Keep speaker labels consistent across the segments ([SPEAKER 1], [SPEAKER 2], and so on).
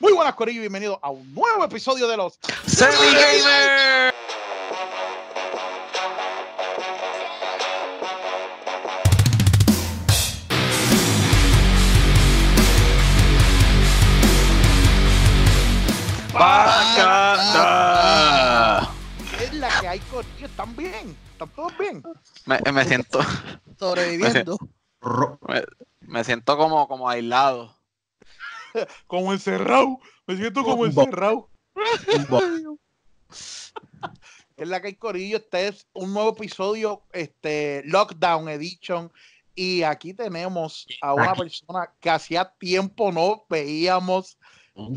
[SPEAKER 1] Muy buenas, Corillo, y bienvenido a un nuevo episodio de los
[SPEAKER 2] Semi Gamer. Ah, Bacata.
[SPEAKER 1] ¿Qué es la que hay, Corillo? ¿Están bien? ¿Están todos bien?
[SPEAKER 2] Me, me siento,
[SPEAKER 3] sobreviviendo.
[SPEAKER 2] me, me siento como, como aislado.
[SPEAKER 1] Como encerrado. Me siento como encerrado.
[SPEAKER 4] Este
[SPEAKER 1] ¿Qué es la que hay, Corillo? Este es un nuevo episodio, este, Lockdown Edition. Y aquí tenemos a una
[SPEAKER 4] Aquí.
[SPEAKER 1] persona que hacía tiempo no veíamos.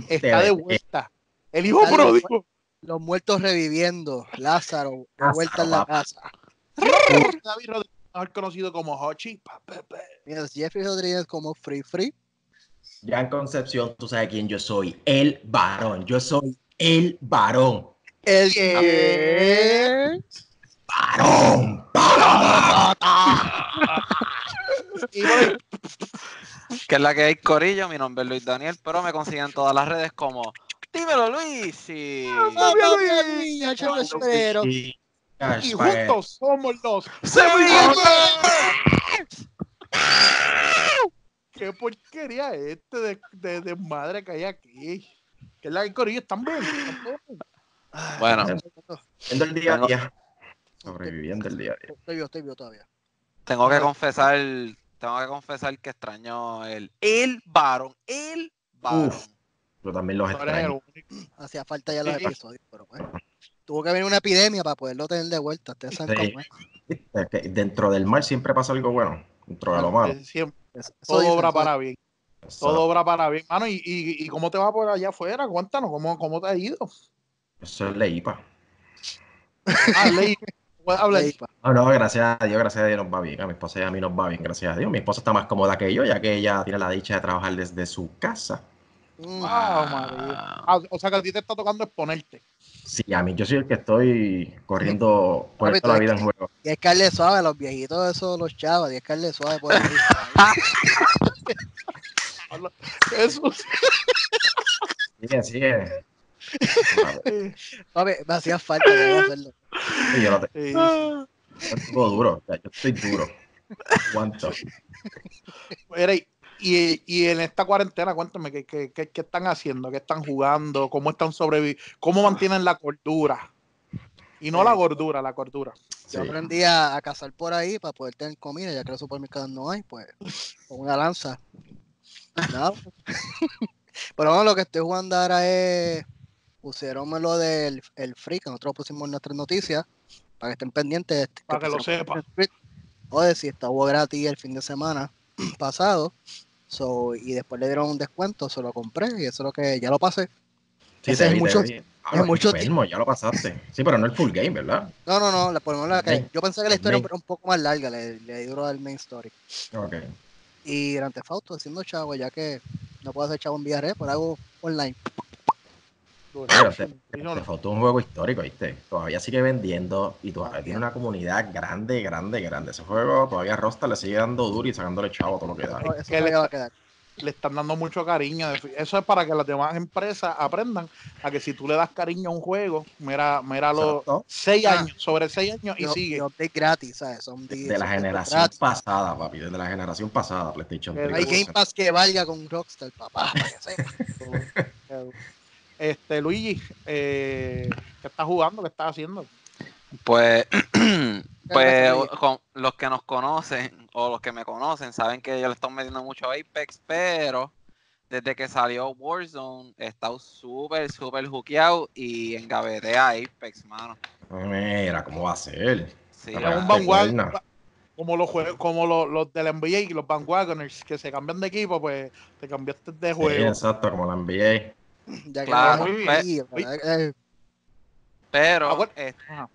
[SPEAKER 1] Está
[SPEAKER 4] Ustedes,
[SPEAKER 1] de
[SPEAKER 4] eh,
[SPEAKER 1] vuelta. El hijo
[SPEAKER 3] Está de
[SPEAKER 1] pródigo.
[SPEAKER 3] Los muertos reviviendo. Lázaro, la
[SPEAKER 4] Lázaro,
[SPEAKER 3] vuelta en la
[SPEAKER 4] papá.
[SPEAKER 3] casa.
[SPEAKER 1] David Rodríguez, mejor conocido como Hochi. Pa, pa, pa.
[SPEAKER 3] Mira, Jeffrey Rodríguez como Free Free.
[SPEAKER 4] Ya en eh, Concepción, tú sabes quién yo soy. El varón. Yo soy el varón.
[SPEAKER 3] El
[SPEAKER 1] ¿Qué?
[SPEAKER 4] ¡Varón!
[SPEAKER 1] Y bueno,
[SPEAKER 2] Que es la que hay, Corillo. Mi nombre es Luis Daniel, pero me consiguen en todas las redes como Dímelo Luis. Y...
[SPEAKER 3] niña, chaval, espero.
[SPEAKER 4] Y
[SPEAKER 1] y juntos somos los.
[SPEAKER 2] ¡Semi Gamer!
[SPEAKER 1] ¡Qué porquería este de, de, de madre que hay aquí! Que es la que hay, Corillo están bien. ¿Están todos bien?
[SPEAKER 2] Bueno,
[SPEAKER 4] Viendo el día a día. Sobreviviendo el día a día.
[SPEAKER 3] Estoy vivo, estoy vivo todavía.
[SPEAKER 2] tengo que confesar, tengo que confesar que extraño el, el varón, el varón.
[SPEAKER 4] Uf. Yo también los
[SPEAKER 1] No eres el
[SPEAKER 4] extraño.
[SPEAKER 1] único.
[SPEAKER 3] Hacía falta ya los
[SPEAKER 1] Sí.
[SPEAKER 3] episodios, pero bueno. Tuvo que venir una epidemia para poderlo tener de vuelta. Ustedes saben
[SPEAKER 4] Sí.
[SPEAKER 3] cómo es.
[SPEAKER 4] Es que Dentro del mal siempre pasa algo bueno. Dentro de lo malo.
[SPEAKER 1] Eh, siempre,
[SPEAKER 3] Eso- eso
[SPEAKER 1] todo
[SPEAKER 3] dicen,
[SPEAKER 1] obra
[SPEAKER 3] eso-
[SPEAKER 1] para bien. Todo obra para bien. Mano, ¿y, y, y cómo te va por allá afuera? Cuéntanos, ¿cómo, cómo te ha ido?
[SPEAKER 4] Eso es ley, pa.
[SPEAKER 1] Ah, Ley. Habla
[SPEAKER 3] Ley,
[SPEAKER 1] ahí.
[SPEAKER 3] pa.
[SPEAKER 4] Ah, No, no, gracias a Dios, gracias a Dios nos va bien. A mi esposa y a mí nos va bien, gracias a Dios. Mi esposa está más cómoda que yo, ya que ella tiene la dicha de trabajar desde su casa.
[SPEAKER 3] Mm,
[SPEAKER 1] Ah, María. Ah, o sea que a ti te está tocando exponerte.
[SPEAKER 4] Sí, a mí yo soy el que estoy corriendo por
[SPEAKER 3] Papi, tú
[SPEAKER 4] la
[SPEAKER 3] eres
[SPEAKER 4] vida en juego.
[SPEAKER 3] Y es carne suave, los viejitos, esos, los chavos. Y es carne suave por ahí.
[SPEAKER 1] Eso
[SPEAKER 4] Sigue, sigue.
[SPEAKER 1] sí.
[SPEAKER 3] Papi, me hacía falta debo hacerlo.
[SPEAKER 4] Sí, Yo no te-
[SPEAKER 1] Sí.
[SPEAKER 4] yo tengo duro, o sea, yo estoy duro. ¿Cuánto?
[SPEAKER 1] Mira, y, y- y en esta cuarentena, cuéntame, ¿qué, qué, qué, qué están haciendo? ¿Qué están jugando? ¿Cómo están sobreviviendo? ¿Cómo mantienen la cordura? Y
[SPEAKER 3] Eh,
[SPEAKER 1] no la gordura, la cordura.
[SPEAKER 4] Sí.
[SPEAKER 3] Yo aprendí a, a cazar por ahí para poder tener comida, ya que los supermercados no hay, pues, con una lanza. Nada. Pero bueno, lo que estoy jugando ahora es. Pusieron lo del el free, que nosotros pusimos en nuestras noticias, para que estén pendientes. este,
[SPEAKER 1] Para que lo
[SPEAKER 3] pusieron
[SPEAKER 1] sepan.
[SPEAKER 3] el free. Oye, si estuvo gratis el fin de semana pasado. So, y después le dieron un descuento, se lo compré y eso es lo que ya lo pasé.
[SPEAKER 4] Sí,
[SPEAKER 3] Ese
[SPEAKER 4] te
[SPEAKER 3] es
[SPEAKER 4] vi, te
[SPEAKER 3] mucho-
[SPEAKER 4] vi. Claro,
[SPEAKER 3] es mucho
[SPEAKER 4] enfermo, ya lo pasaste. Sí, pero no el full game, ¿verdad?
[SPEAKER 3] No, no, no, la, por lo menos la que-
[SPEAKER 4] Amén.
[SPEAKER 3] yo pensé que la historia
[SPEAKER 4] Amén.
[SPEAKER 3] era un poco más larga, le, le duró al main story.
[SPEAKER 4] Ok.
[SPEAKER 3] y durante Fausto haciendo chavo, ya que no puedo hacer chavo en VR, por algo online.
[SPEAKER 4] Pero te,
[SPEAKER 1] Y no,
[SPEAKER 4] te faltó un juego histórico, ¿viste? Todavía sigue vendiendo y todavía tiene una comunidad grande, grande, grande. Ese juego todavía Rosta le sigue dando duro y sacándole chavo todo lo que da.
[SPEAKER 3] Eso, eso
[SPEAKER 1] ¿Qué le-
[SPEAKER 3] todavía va a quedar.
[SPEAKER 1] le están dando mucho cariño. Eso es para que las demás empresas aprendan a que si tú le das cariño a un juego, mira, mira los
[SPEAKER 4] Exacto.
[SPEAKER 1] seis
[SPEAKER 3] Ah.
[SPEAKER 1] años, sobre seis años y
[SPEAKER 3] Yo-
[SPEAKER 1] sigue.
[SPEAKER 3] yo update gratis, ¿sabes? Son di-
[SPEAKER 4] De la
[SPEAKER 3] son
[SPEAKER 4] generación
[SPEAKER 3] gratis.
[SPEAKER 4] pasada, papi. Desde la generación pasada, PlayStation
[SPEAKER 1] Pero
[SPEAKER 3] No
[SPEAKER 4] 3.
[SPEAKER 3] hay Game Pass que valga con Rockstar, papá. para que sepa.
[SPEAKER 1] Este Luigi, eh, ¿qué estás jugando? ¿Qué estás haciendo?
[SPEAKER 2] Pues, pues
[SPEAKER 3] Luis.
[SPEAKER 2] con- los que nos conocen o los que me conocen saben que yo le estoy metiendo mucho a Apex, pero desde que salió Warzone he estado súper, súper juqueado y engaveté a Apex, mano.
[SPEAKER 4] Mira, ¿cómo va a ser?
[SPEAKER 2] Sí,
[SPEAKER 4] Ah,
[SPEAKER 1] Mira, un
[SPEAKER 4] te
[SPEAKER 1] vanguard-
[SPEAKER 4] cuerna.
[SPEAKER 1] Como los juegos, como los, los del NBA y los Bandwagoners que se cambian de equipo, pues te cambiaste de
[SPEAKER 4] Sí,
[SPEAKER 1] juego.
[SPEAKER 4] exacto, como la envié.
[SPEAKER 3] Ya que
[SPEAKER 2] Claro,
[SPEAKER 3] no-
[SPEAKER 1] muy
[SPEAKER 2] bien.
[SPEAKER 3] sí, ¿verdad? Eh,
[SPEAKER 2] pero,
[SPEAKER 1] Ah, bueno.
[SPEAKER 2] eh,
[SPEAKER 1] Ajá.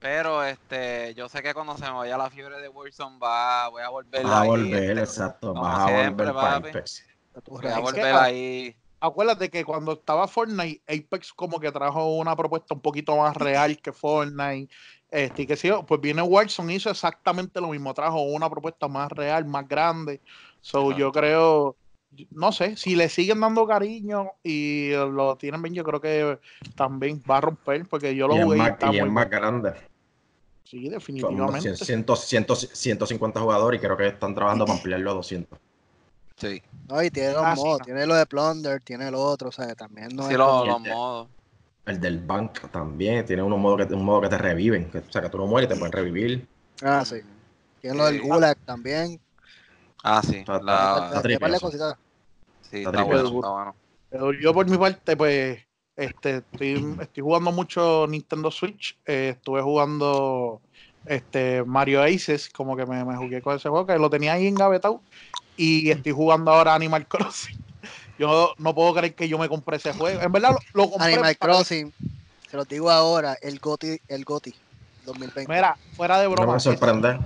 [SPEAKER 2] pero este, yo sé que cuando se me vaya la fiebre de Warzone va, voy a volver
[SPEAKER 4] Vas a
[SPEAKER 2] ahí,
[SPEAKER 4] volver,
[SPEAKER 2] este,
[SPEAKER 4] exacto.
[SPEAKER 2] como
[SPEAKER 4] Vas a
[SPEAKER 2] siempre,
[SPEAKER 4] volver para
[SPEAKER 2] papi.
[SPEAKER 4] Apex.
[SPEAKER 3] a tu
[SPEAKER 2] voy a
[SPEAKER 3] raíz.
[SPEAKER 1] Es que,
[SPEAKER 2] volver
[SPEAKER 1] ah,
[SPEAKER 2] ahí.
[SPEAKER 1] Acuérdate que cuando estaba Fortnite, Apex como que trajo una propuesta un poquito más real que Fortnite. Este, y que sí, pues viene Warzone, hizo exactamente lo mismo, trajo una propuesta más real, más grande. So,
[SPEAKER 2] Ajá.
[SPEAKER 1] yo creo, no sé, si le siguen dando cariño y lo tienen bien, yo creo que también va a romper, porque yo lo
[SPEAKER 4] y es
[SPEAKER 1] jugué y
[SPEAKER 4] más,
[SPEAKER 1] está
[SPEAKER 4] y es
[SPEAKER 1] muy
[SPEAKER 4] más
[SPEAKER 1] bueno.
[SPEAKER 4] grande.
[SPEAKER 1] Sí,
[SPEAKER 4] Son unos cien-
[SPEAKER 1] definitivamente.
[SPEAKER 4] ciento- ciento- 150 jugadores y creo que están trabajando para ampliarlo a 200.
[SPEAKER 2] Sí,
[SPEAKER 3] No, y tiene los
[SPEAKER 1] Ah, sí,
[SPEAKER 3] modos,
[SPEAKER 1] no.
[SPEAKER 3] tiene lo de Plunder, tiene lo otro, o sea, que también no
[SPEAKER 2] sí,
[SPEAKER 3] es
[SPEAKER 2] los,
[SPEAKER 3] como-
[SPEAKER 2] los modos.
[SPEAKER 4] El del bank también tiene unos modos que, un modo que te reviven. que- o sea, que tú no mueres y te pueden revivir.
[SPEAKER 3] Ah, sí. Tiene lo del
[SPEAKER 2] Sí.
[SPEAKER 3] Gulag también.
[SPEAKER 2] Ah, sí. la-
[SPEAKER 4] Está-
[SPEAKER 3] Tiene par de-
[SPEAKER 4] triple
[SPEAKER 3] par de
[SPEAKER 4] eso.
[SPEAKER 3] cositas.
[SPEAKER 2] sí,
[SPEAKER 4] está
[SPEAKER 2] está,
[SPEAKER 4] triple
[SPEAKER 2] bueno,
[SPEAKER 1] duro.
[SPEAKER 2] está bueno.
[SPEAKER 1] Pero yo por mi parte, pues, este, estoy, estoy jugando mucho Nintendo Switch. eh, estuve jugando este Mario Aces, como que me, me jugué con ese juego, que lo tenía ahí engavetado. Y estoy jugando ahora Animal Crossing. Yo no puedo creer que yo me compré ese juego. En verdad lo, lo compré.
[SPEAKER 3] Animal
[SPEAKER 1] para-
[SPEAKER 3] Crossing, se los digo ahora, el GOTI, el GOTI 2020.
[SPEAKER 1] Mira, fuera de
[SPEAKER 4] No
[SPEAKER 1] broma.
[SPEAKER 4] me
[SPEAKER 1] ese-
[SPEAKER 4] sorprende.
[SPEAKER 3] La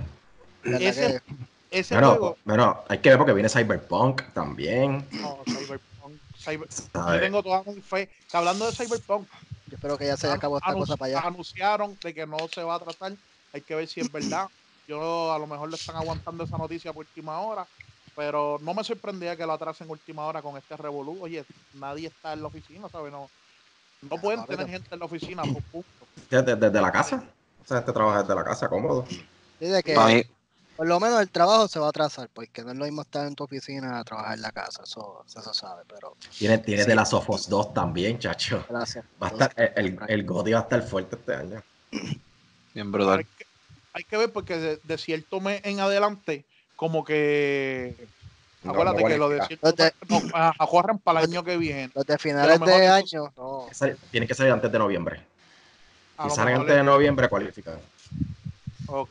[SPEAKER 3] verdad
[SPEAKER 1] ese-
[SPEAKER 3] que-
[SPEAKER 1] Ese
[SPEAKER 4] Bueno,
[SPEAKER 1] juego.
[SPEAKER 4] bueno, hay que ver porque viene Cyberpunk también.
[SPEAKER 1] No, Cyberpunk. Cyber- yo
[SPEAKER 4] ¿sabes?
[SPEAKER 1] tengo toda mi fe. Que hablando de Cyberpunk,
[SPEAKER 3] yo espero que ya se haya acabado esta
[SPEAKER 1] anun-
[SPEAKER 3] cosa para allá.
[SPEAKER 1] Anunciaron de que no se va a tratar. Hay que ver si es verdad. Yo a lo mejor le están aguantando esa noticia por última hora, pero no me sorprendía que lo atrasen última hora con este revolú. Oye, nadie está en la oficina, ¿sabes? No, no
[SPEAKER 3] Ah,
[SPEAKER 1] pueden
[SPEAKER 3] papi,
[SPEAKER 1] tener
[SPEAKER 3] no.
[SPEAKER 1] gente en la oficina, por punto.
[SPEAKER 4] Desde, desde la casa. O sea, este trabaja desde la casa, cómodo.
[SPEAKER 3] Dice que
[SPEAKER 2] Para mí,
[SPEAKER 3] por lo menos el trabajo se va a atrasar, porque no es lo mismo estar en tu oficina a trabajar en la casa, eso, eso se sabe, pero
[SPEAKER 4] Tiene, tiene
[SPEAKER 3] Sí.
[SPEAKER 4] de las Sofos 2 también, chacho.
[SPEAKER 3] gracias.
[SPEAKER 4] Va a estar, el, el, el Goti va a estar fuerte este año.
[SPEAKER 2] bien brutal.
[SPEAKER 1] Hay que, hay que ver porque de, de cierto mes en adelante, como que...
[SPEAKER 4] No,
[SPEAKER 1] acuérdate
[SPEAKER 4] no
[SPEAKER 1] que lo de
[SPEAKER 4] cualifica.
[SPEAKER 1] cierto
[SPEAKER 3] Los
[SPEAKER 1] mes nos ahorran para el año que viene.
[SPEAKER 3] Los de finales
[SPEAKER 1] mejor
[SPEAKER 3] de
[SPEAKER 1] no-
[SPEAKER 3] año, no.
[SPEAKER 4] Sal- Tiene que salir antes de noviembre.
[SPEAKER 1] A
[SPEAKER 4] Si
[SPEAKER 1] lo
[SPEAKER 4] salen
[SPEAKER 1] mejor
[SPEAKER 4] antes de noviembre, cualifican.
[SPEAKER 1] Ok.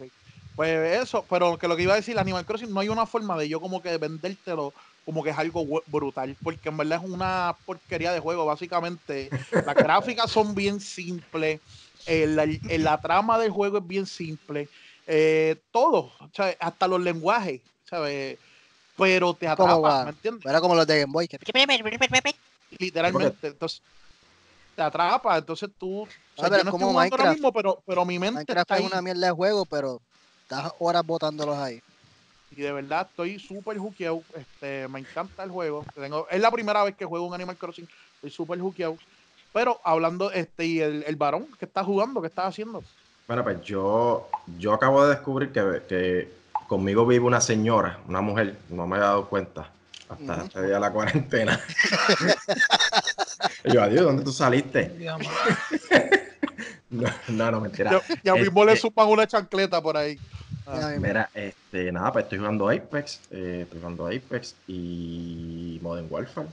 [SPEAKER 1] Pues eso, pero que lo que iba a decir, Animal Crossing, no hay una forma de yo como que vendértelo como que es algo bu- brutal, porque en verdad es una porquería de juego, básicamente. Las gráficas son bien simples, el- el- el- la trama del juego es bien simple, eh, todo, ¿sabes? hasta los lenguajes, ¿sabes? Pero te
[SPEAKER 3] ¿Cómo
[SPEAKER 1] atrapa,
[SPEAKER 3] va?
[SPEAKER 1] ¿me entiendes?
[SPEAKER 3] Era como los de Game Boy, que
[SPEAKER 1] Literalmente, entonces te atrapa, entonces tú... o sea,
[SPEAKER 3] Ah, pero
[SPEAKER 1] yo no
[SPEAKER 3] como
[SPEAKER 1] estoy jugando ahora
[SPEAKER 3] Minecraft.
[SPEAKER 1] mismo, pero, pero mi mente
[SPEAKER 3] Minecraft
[SPEAKER 1] está
[SPEAKER 3] es
[SPEAKER 1] ahí.
[SPEAKER 3] una mierda de juego, pero estás horas botándolos ahí.
[SPEAKER 1] y de verdad estoy súper juqueado. Este, me encanta el juego. Tengo, es la primera vez que juego un Animal Crossing. Estoy súper juqueado. Pero hablando, este, y el, el varón que está jugando, que está haciendo.
[SPEAKER 4] Bueno, pues yo, yo acabo de descubrir que, que conmigo vive una señora, una mujer, no me había dado cuenta hasta
[SPEAKER 3] Ujú.
[SPEAKER 4] este día de la cuarentena. Y yo, adiós, ¿dónde tú saliste? No, no, no, mentira.
[SPEAKER 1] Ya, ya
[SPEAKER 4] Este-
[SPEAKER 1] mismo le supan una chancleta por ahí. Ah,
[SPEAKER 3] Mira,
[SPEAKER 4] Mira, este, nada, pues estoy jugando Apex, eh, estoy jugando Apex y Modern Warfare.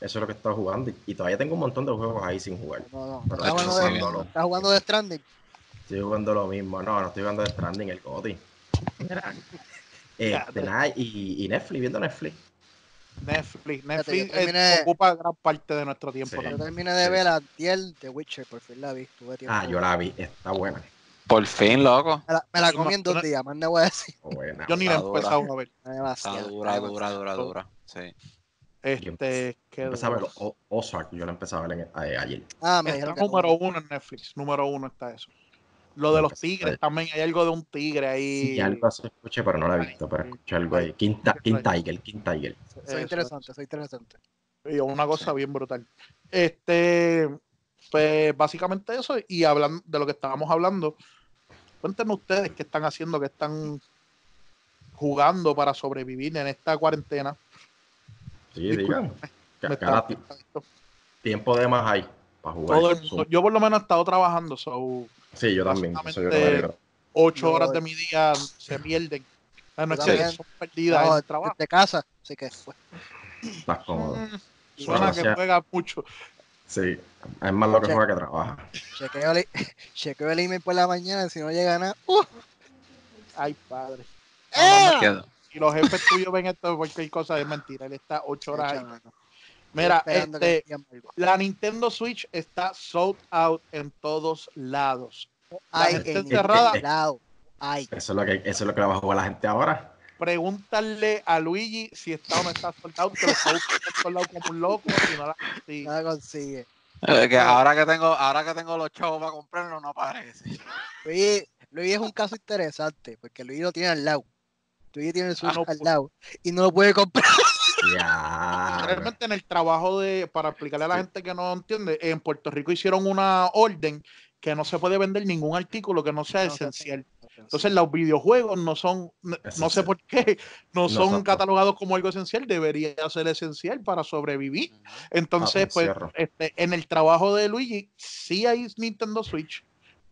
[SPEAKER 4] Eso es lo que he estado jugando y, y todavía tengo un montón de juegos ahí sin jugar.
[SPEAKER 3] No, no,
[SPEAKER 4] Pero
[SPEAKER 3] estás
[SPEAKER 2] hecho,
[SPEAKER 3] jugando,
[SPEAKER 2] sí,
[SPEAKER 3] de,
[SPEAKER 2] bien.
[SPEAKER 4] jugándolo.
[SPEAKER 3] estás jugando de Stranding.
[SPEAKER 4] Estoy jugando lo mismo. No, no estoy jugando de Stranding, el Goti. Mira. Este, nada, y, y Netflix, viendo Netflix.
[SPEAKER 1] Netflix.
[SPEAKER 3] Fíjate,
[SPEAKER 1] Netflix
[SPEAKER 3] yo
[SPEAKER 1] eh,
[SPEAKER 3] terminé-
[SPEAKER 1] ocupa gran parte de nuestro tiempo
[SPEAKER 4] Sí.
[SPEAKER 3] Yo
[SPEAKER 1] también.
[SPEAKER 3] terminé de
[SPEAKER 4] Sí.
[SPEAKER 3] ver a Tiel de Witcher, por fin la vi, tuve tiempo.
[SPEAKER 4] Ah, yo la vi, está buena.
[SPEAKER 2] Por fin, loco.
[SPEAKER 3] Me la, me la
[SPEAKER 1] Yo no-
[SPEAKER 3] comí en
[SPEAKER 1] yo
[SPEAKER 3] dos
[SPEAKER 1] no-
[SPEAKER 3] días, más no voy a decir.
[SPEAKER 4] está buena.
[SPEAKER 1] Yo ni la he
[SPEAKER 2] Está dura.
[SPEAKER 1] empezado a ver.
[SPEAKER 2] Está
[SPEAKER 3] Demasiado.
[SPEAKER 2] dura,
[SPEAKER 3] demasiado.
[SPEAKER 2] dura, dura, dura. Sí.
[SPEAKER 1] Este, qué
[SPEAKER 4] Yo empecé a ver
[SPEAKER 1] duro.
[SPEAKER 4] O- Ozark, yo la empecé a ver en- a- ayer.
[SPEAKER 3] Ah, me
[SPEAKER 1] Está
[SPEAKER 3] dijeron que
[SPEAKER 1] Este, número uno en Netflix. Número uno está eso. Lo de los tigres también. Hay algo de un tigre ahí.
[SPEAKER 4] Y algo así escuché, pero no la he visto, pero escuché algo ahí. King, Ti- King Tiger, King Tiger.
[SPEAKER 3] soy,
[SPEAKER 1] Eso,
[SPEAKER 3] interesante, soy interesante.
[SPEAKER 1] Y una cosa bien brutal. Este, pues básicamente eso, y hablando de lo que estábamos hablando, cuéntenme ustedes qué están haciendo, qué están jugando para sobrevivir en esta cuarentena.
[SPEAKER 4] Sí, digan.
[SPEAKER 1] Me
[SPEAKER 4] Ca-
[SPEAKER 1] está-
[SPEAKER 4] Cada ti- tiempo de más hay para jugar.
[SPEAKER 1] todo el mundo- yo por lo menos he estado trabajando, so
[SPEAKER 4] Sí, yo también. Eso yo no me
[SPEAKER 1] Básicamente-
[SPEAKER 4] alegro.
[SPEAKER 1] ocho
[SPEAKER 3] Yo-
[SPEAKER 1] horas de mi día se pierden. Ah, no, es
[SPEAKER 3] eh. Yo
[SPEAKER 1] que
[SPEAKER 3] también.
[SPEAKER 1] son perdidas en
[SPEAKER 3] No,
[SPEAKER 1] el trabajo.
[SPEAKER 3] desde casa, así que pues,
[SPEAKER 4] Estás cómodo.
[SPEAKER 1] Mm,
[SPEAKER 4] Bueno,
[SPEAKER 1] Suena
[SPEAKER 4] o
[SPEAKER 1] que
[SPEAKER 4] sea-
[SPEAKER 1] juega mucho.
[SPEAKER 4] Sí, es más lo que
[SPEAKER 3] Ya.
[SPEAKER 4] juega que trabaja.
[SPEAKER 3] chequeo, el, chequeo el email por la mañana, si no llega nada. ¡Uh!
[SPEAKER 1] Ay, padre.
[SPEAKER 3] ¡Eh!
[SPEAKER 1] no,
[SPEAKER 2] Quedó.
[SPEAKER 1] Y los jefes tuyos ven esto porque hay cosas, es mentira. Él está ocho horas ahí.
[SPEAKER 3] Chaval, no, estoy
[SPEAKER 1] Mira,
[SPEAKER 3] esperando que
[SPEAKER 1] este,
[SPEAKER 3] me digan algo.
[SPEAKER 1] La Nintendo Switch está sold out en todos lados. la
[SPEAKER 3] Ay,
[SPEAKER 1] gente
[SPEAKER 3] en ningún
[SPEAKER 1] encerrada-
[SPEAKER 3] lado. Ay,
[SPEAKER 4] Eso es lo que, eso es lo que le va a jugar la gente ahora.
[SPEAKER 1] Pregúntale a Luigi si está o no está sold out, que lo está buscando en todos lados como un loco y no la consigue.
[SPEAKER 3] no la consigue.
[SPEAKER 2] Eh, que ahora que tengo, ahora que tengo los chavos para comprarlo, no aparece.
[SPEAKER 3] Luis, Luis es un caso interesante, porque Luis lo tiene al lado. Luis tiene el Switch
[SPEAKER 1] Ah, no,
[SPEAKER 3] al
[SPEAKER 1] pues.
[SPEAKER 3] lado y no lo puede comprar.
[SPEAKER 4] Ya.
[SPEAKER 1] Realmente en el trabajo de, para explicarle a la gente que no entiende, en Puerto Rico hicieron una orden que no se puede vender ningún artículo que no sea
[SPEAKER 3] No, no,
[SPEAKER 1] esencial. Entonces los videojuegos no son, no, no sé
[SPEAKER 4] Esencial.
[SPEAKER 1] por qué, no
[SPEAKER 4] No
[SPEAKER 1] son
[SPEAKER 4] son.
[SPEAKER 1] catalogados como algo esencial, debería ser esencial para sobrevivir. Entonces,
[SPEAKER 4] Ah, pues,
[SPEAKER 1] pues,
[SPEAKER 4] cierro.
[SPEAKER 1] este, en el trabajo de Luigi sí hay Nintendo Switch,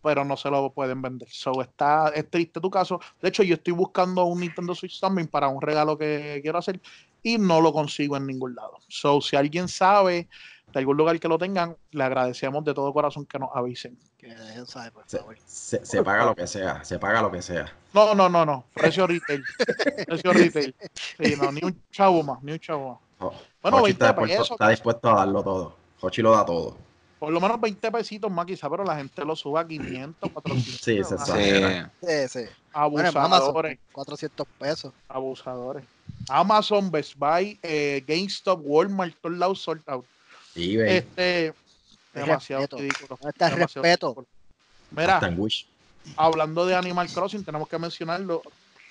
[SPEAKER 1] pero no se lo pueden vender. So, está, es triste tu caso. De hecho, yo estoy buscando un Nintendo Switch también para un regalo que quiero hacer y no lo consigo en ningún lado. So, si alguien sabe de algún lugar que lo tengan, le agradecemos de todo corazón que nos avisen.
[SPEAKER 3] Que dejen saber, por
[SPEAKER 4] Se,
[SPEAKER 3] favor.
[SPEAKER 4] se- se paga lo que sea, se paga lo que sea.
[SPEAKER 1] No, no, no, no. Precio retail. Precio retail. Sí, no, ni un chavo más, ni un chavo más.
[SPEAKER 4] Jo-
[SPEAKER 1] Bueno, pues,
[SPEAKER 4] Jochi
[SPEAKER 1] 20
[SPEAKER 4] está, dispuesto,
[SPEAKER 1] pesos.
[SPEAKER 4] está dispuesto a darlo todo. Jochi lo da todo.
[SPEAKER 1] Por lo menos 20 pesitos más quizá, pero la gente lo suba a 500, 400.
[SPEAKER 4] Sí, se
[SPEAKER 1] una-
[SPEAKER 4] sabe.
[SPEAKER 2] Sí.
[SPEAKER 3] Sí, sí. Bueno, en Amazon,
[SPEAKER 1] Abusadores,
[SPEAKER 3] 400 pesos.
[SPEAKER 1] abusadores. Amazon, Best Buy, eh, GameStop, Walmart, todos lados sold out.
[SPEAKER 4] eBay,
[SPEAKER 1] Este, demasiado
[SPEAKER 3] respeto.
[SPEAKER 1] ridículo.
[SPEAKER 3] No está el
[SPEAKER 1] demasiado
[SPEAKER 3] respeto.
[SPEAKER 1] ridículo. Mira,
[SPEAKER 4] hasta en Wish.
[SPEAKER 1] hablando de Animal Crossing, tenemos que mencionarlo.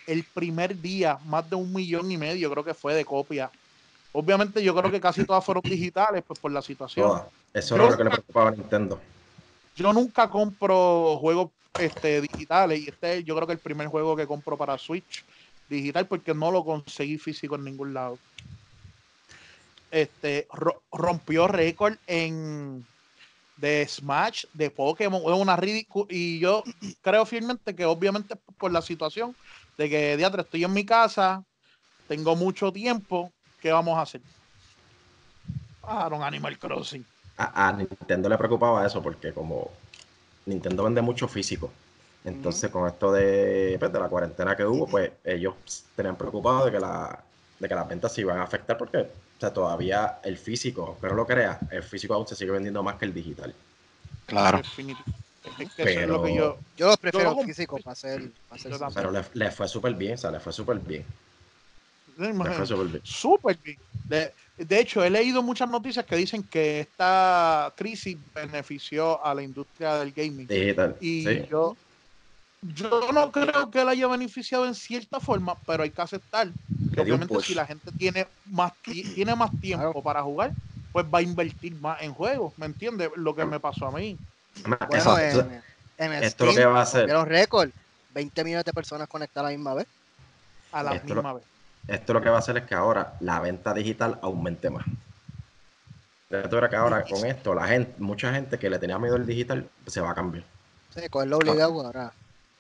[SPEAKER 1] El primer día, más de un millón y medio, creo que fue de copia. Obviamente, yo creo que casi todas fueron digitales, pues por la situación.
[SPEAKER 4] Toda. Eso era
[SPEAKER 1] Yo-
[SPEAKER 4] lo que le preocupaba a Nintendo.
[SPEAKER 1] Yo nunca compro juegos este, digitales y este es, yo creo que el primer juego que compro para Switch digital porque no lo conseguí físico en ningún lado. Este ro- rompió récord en de Smash, de Pokémon, es una ridícula y yo creo fielmente que obviamente por la situación de que diatre estoy en mi casa, tengo mucho tiempo, ¿qué vamos a hacer? Bajaron Animal Crossing.
[SPEAKER 4] A, a Nintendo le preocupaba eso porque como Nintendo vende mucho físico, entonces con esto de, pues, de la cuarentena que hubo, pues ellos ps, tenían preocupado de que, la, de que las ventas se iban a afectar porque o sea, todavía el físico, aunque no lo creas, el físico aún se sigue vendiendo más que el digital.
[SPEAKER 2] Claro.
[SPEAKER 1] Definitivo. Es que eso es lo que
[SPEAKER 4] Pero-
[SPEAKER 1] yo
[SPEAKER 3] Yo los prefiero
[SPEAKER 1] lo compro.
[SPEAKER 3] físicos para hacer. Para hacer
[SPEAKER 1] Yo también.
[SPEAKER 4] Pero le, le fue súper bien, o sea, le fue súper bien.
[SPEAKER 1] No,
[SPEAKER 4] Le
[SPEAKER 1] imagínate.
[SPEAKER 4] fue súper bien.
[SPEAKER 1] Súper bien. De, de hecho, he leído muchas noticias que dicen que esta crisis benefició a la industria del gaming.
[SPEAKER 4] Digital.
[SPEAKER 1] Y
[SPEAKER 4] sí.
[SPEAKER 1] yo, yo no creo que la haya beneficiado en cierta forma, pero hay que aceptar que
[SPEAKER 4] Le dio un
[SPEAKER 1] obviamente
[SPEAKER 4] push.
[SPEAKER 1] si la gente tiene más, ti- tiene más tiempo
[SPEAKER 3] Claro.
[SPEAKER 1] para jugar, pues va a invertir más en juegos, ¿me entiendes? Lo que me pasó a mí.
[SPEAKER 3] Bueno,
[SPEAKER 4] Exacto.
[SPEAKER 3] en, en el
[SPEAKER 4] Esto es lo que va a hacer.
[SPEAKER 3] Vieron récord. 20 millones de personas conectadas a la misma vez.
[SPEAKER 1] A la
[SPEAKER 4] Esto lo-
[SPEAKER 1] misma vez.
[SPEAKER 4] Esto lo que va a hacer es que ahora la venta digital aumente más. Ya tú verás que ahora con esto, la gente, mucha gente que le tenía miedo al digital pues se va a cambiar.
[SPEAKER 3] Sí, cogerlo
[SPEAKER 1] Ah.
[SPEAKER 3] obligado ahora.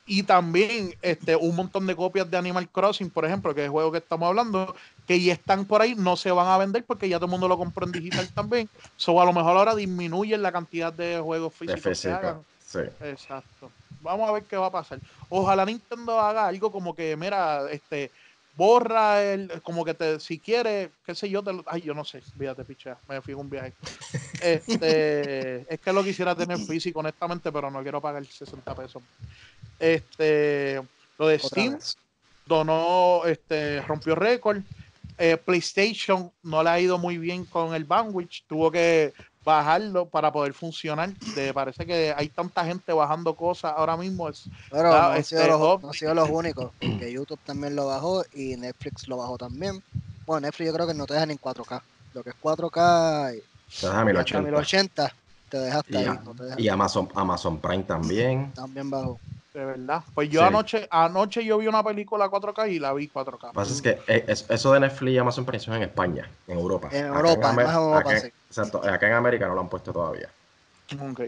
[SPEAKER 1] y también este, un montón de copias de Animal Crossing, por ejemplo, que es el juego que estamos hablando, que ya están por ahí, no se van a vender porque ya todo el mundo lo compró en digital también. So, a lo mejor ahora disminuyen la cantidad de juegos
[SPEAKER 4] De
[SPEAKER 1] físicos que
[SPEAKER 4] físico.
[SPEAKER 1] hagan.
[SPEAKER 4] Sí.
[SPEAKER 1] Exacto. Vamos a ver qué va a pasar. Ojalá Nintendo haga algo como que, mira, este, borra el, como que te, si quieres, qué sé yo, te lo- ay, yo no sé, fíjate, picha, me fui en un viaje. Este, es que lo quisiera tener físico, honestamente, pero no quiero pagar 60 pesos. Este, lo de
[SPEAKER 3] Otra
[SPEAKER 1] Steam
[SPEAKER 3] vez.
[SPEAKER 1] donó, este, rompió récord. Eh, PlayStation no le ha ido muy bien con el bandwidth, tuvo que bajarlo para poder funcionar. De- parece que hay tanta gente bajando cosas ahora mismo. Es,
[SPEAKER 3] Pero
[SPEAKER 1] Ah,
[SPEAKER 3] no, han
[SPEAKER 1] este,
[SPEAKER 3] sido los,
[SPEAKER 1] Hop-
[SPEAKER 3] no han sido los únicos, porque YouTube también lo bajó y Netflix lo bajó también. Bueno, Netflix yo creo que no te dejan en 4K. Lo que es 4K y
[SPEAKER 4] Te das a
[SPEAKER 3] y hasta
[SPEAKER 4] 1080.
[SPEAKER 3] 1080 te deja hasta
[SPEAKER 4] Y
[SPEAKER 3] ahí.
[SPEAKER 4] a-
[SPEAKER 3] No te deja
[SPEAKER 4] Y Amazon, Amazon Prime también.
[SPEAKER 3] también bajo.
[SPEAKER 1] de verdad. Pues yo
[SPEAKER 4] Sí.
[SPEAKER 1] anoche, anoche yo vi una película 4K y la vi 4K.
[SPEAKER 4] Lo que pasa es que eh, es- eso de Netflix y Amazon Prime son en España, en Europa.
[SPEAKER 3] En
[SPEAKER 4] Acá
[SPEAKER 3] Europa, más
[SPEAKER 4] Amer-
[SPEAKER 3] en Europa,
[SPEAKER 4] acá en-
[SPEAKER 3] sí.
[SPEAKER 4] exacto, acá en América no lo han puesto todavía.
[SPEAKER 1] Ok.